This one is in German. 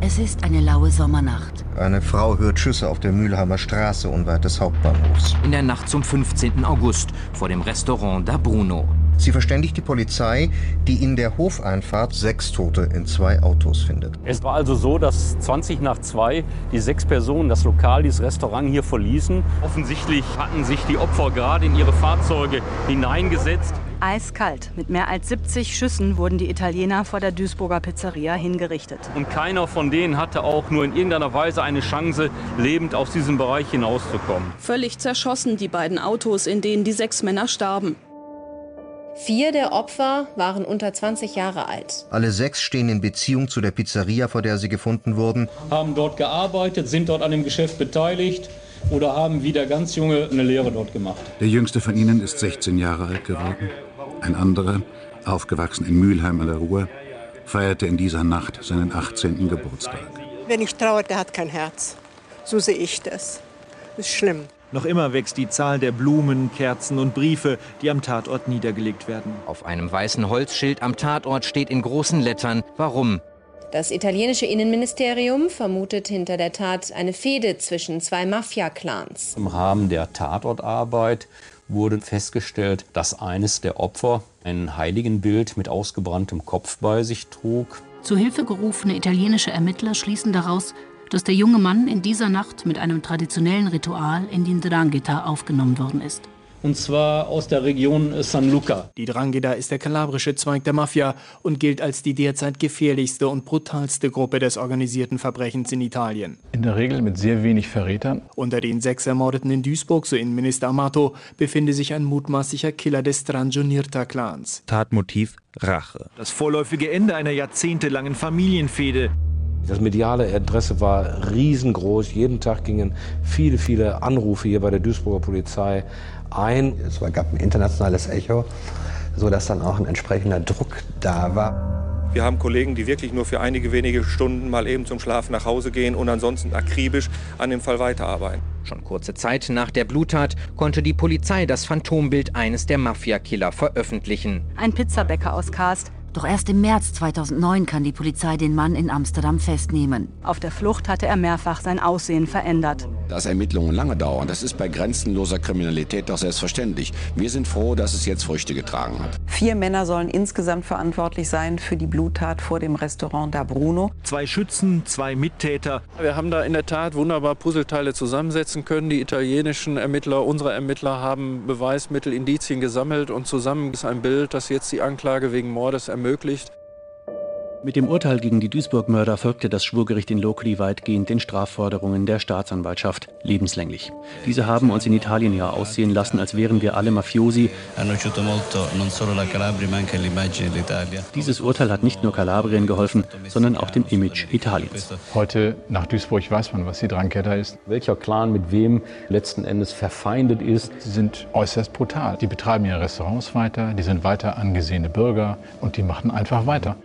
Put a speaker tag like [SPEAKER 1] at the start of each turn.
[SPEAKER 1] Es ist eine laue Sommernacht.
[SPEAKER 2] Eine Frau hört Schüsse auf der Mühlheimer Straße unweit des Hauptbahnhofs.
[SPEAKER 3] In der Nacht zum 15. August vor dem Restaurant Da Bruno.
[SPEAKER 2] Sie verständigt die Polizei, die in der Hofeinfahrt sechs Tote in zwei Autos findet.
[SPEAKER 4] Es war also so, dass 20 nach 2 die sechs Personen das Lokal, dieses Restaurant hier verließen. Offensichtlich hatten sich die Opfer gerade in ihre Fahrzeuge hineingesetzt.
[SPEAKER 5] Eiskalt, mit mehr als 70 Schüssen wurden die Italiener vor der Duisburger Pizzeria hingerichtet.
[SPEAKER 4] Und keiner von denen hatte auch nur in irgendeiner Weise eine Chance, lebend aus diesem Bereich hinauszukommen.
[SPEAKER 6] Völlig zerschossen die beiden Autos, in denen die sechs Männer starben. Vier der Opfer waren unter 20 Jahre alt.
[SPEAKER 2] Alle sechs stehen in Beziehung zu der Pizzeria, vor der sie gefunden wurden.
[SPEAKER 7] Haben dort gearbeitet, sind dort an dem Geschäft beteiligt oder haben wieder ganz junge eine Lehre dort gemacht.
[SPEAKER 8] Der jüngste von ihnen ist 16 Jahre alt geworden. Ein anderer, aufgewachsen in Mülheim an der Ruhr, feierte in dieser Nacht seinen 18. Geburtstag.
[SPEAKER 9] Wer nicht trauert, der hat kein Herz. So sehe ich das. Ist schlimm.
[SPEAKER 10] Noch immer wächst die Zahl der Blumen, Kerzen und Briefe, die am Tatort niedergelegt werden.
[SPEAKER 3] Auf einem weißen Holzschild am Tatort steht in großen Lettern, warum.
[SPEAKER 6] Das italienische Innenministerium vermutet hinter der Tat eine Fehde zwischen zwei Mafia-Clans.
[SPEAKER 4] Im Rahmen der Tatortarbeit wurde festgestellt, dass eines der Opfer ein Heiligenbild mit ausgebranntem Kopf bei sich trug.
[SPEAKER 11] Zu Hilfe gerufene italienische Ermittler schließen daraus, dass der junge Mann in dieser Nacht mit einem traditionellen Ritual in den Drangheta aufgenommen worden ist.
[SPEAKER 7] Und zwar aus der Region San Luca.
[SPEAKER 10] Die Drangheta ist der kalabrische Zweig der Mafia und gilt als die derzeit gefährlichste und brutalste Gruppe des organisierten Verbrechens in Italien.
[SPEAKER 12] In der Regel mit sehr wenig Verrätern.
[SPEAKER 10] Unter den sechs Ermordeten in Duisburg, so Innenminister Amato, befinde sich ein mutmaßlicher Killer des Strangonirta-Clans.
[SPEAKER 13] Tatmotiv Rache.
[SPEAKER 10] Das vorläufige Ende einer jahrzehntelangen Familienfehde.
[SPEAKER 14] Das mediale Adresse war riesengroß. Jeden Tag gingen viele, viele Anrufe hier bei der Duisburger Polizei ein.
[SPEAKER 15] Es gab ein internationales Echo, sodass dann auch ein entsprechender Druck da war.
[SPEAKER 16] Wir haben Kollegen, die wirklich nur für einige wenige Stunden mal eben zum Schlafen nach Hause gehen und ansonsten akribisch an dem Fall weiterarbeiten.
[SPEAKER 3] Schon kurze Zeit nach der Bluttat konnte die Polizei das Phantombild eines der Mafia-Killer veröffentlichen.
[SPEAKER 5] Ein Pizzabäcker aus Karst,
[SPEAKER 1] doch erst im März 2009 kann die Polizei den Mann in Amsterdam festnehmen.
[SPEAKER 5] Auf der Flucht hatte er mehrfach sein Aussehen verändert.
[SPEAKER 17] Dass Ermittlungen lange dauern, das ist bei grenzenloser Kriminalität doch selbstverständlich. Wir sind froh, dass es jetzt Früchte getragen hat.
[SPEAKER 18] Vier Männer sollen insgesamt verantwortlich sein für die Bluttat vor dem Restaurant Da Bruno.
[SPEAKER 10] Zwei Schützen, zwei Mittäter.
[SPEAKER 19] Wir haben da in der Tat wunderbar Puzzleteile zusammensetzen können. Die italienischen Ermittler, unsere Ermittler haben Beweismittel, Indizien gesammelt und zusammen ist ein Bild, das jetzt die Anklage wegen Mordes ermittelt.
[SPEAKER 10] Mit dem Urteil gegen die Duisburg-Mörder folgte das Schwurgericht in Locri weitgehend den Strafforderungen der Staatsanwaltschaft lebenslänglich. Diese haben uns in Italien ja aussehen lassen, als wären wir alle Mafiosi. Dieses Urteil hat nicht nur Kalabrien geholfen, sondern auch dem Image Italiens.
[SPEAKER 12] Heute nach Duisburg weiß man, was die Drangheta ist.
[SPEAKER 14] Welcher Clan mit wem letzten Endes verfeindet ist.
[SPEAKER 12] Sie sind äußerst brutal. Die betreiben ihre Restaurants weiter, die sind weiter angesehene Bürger und die machen einfach weiter.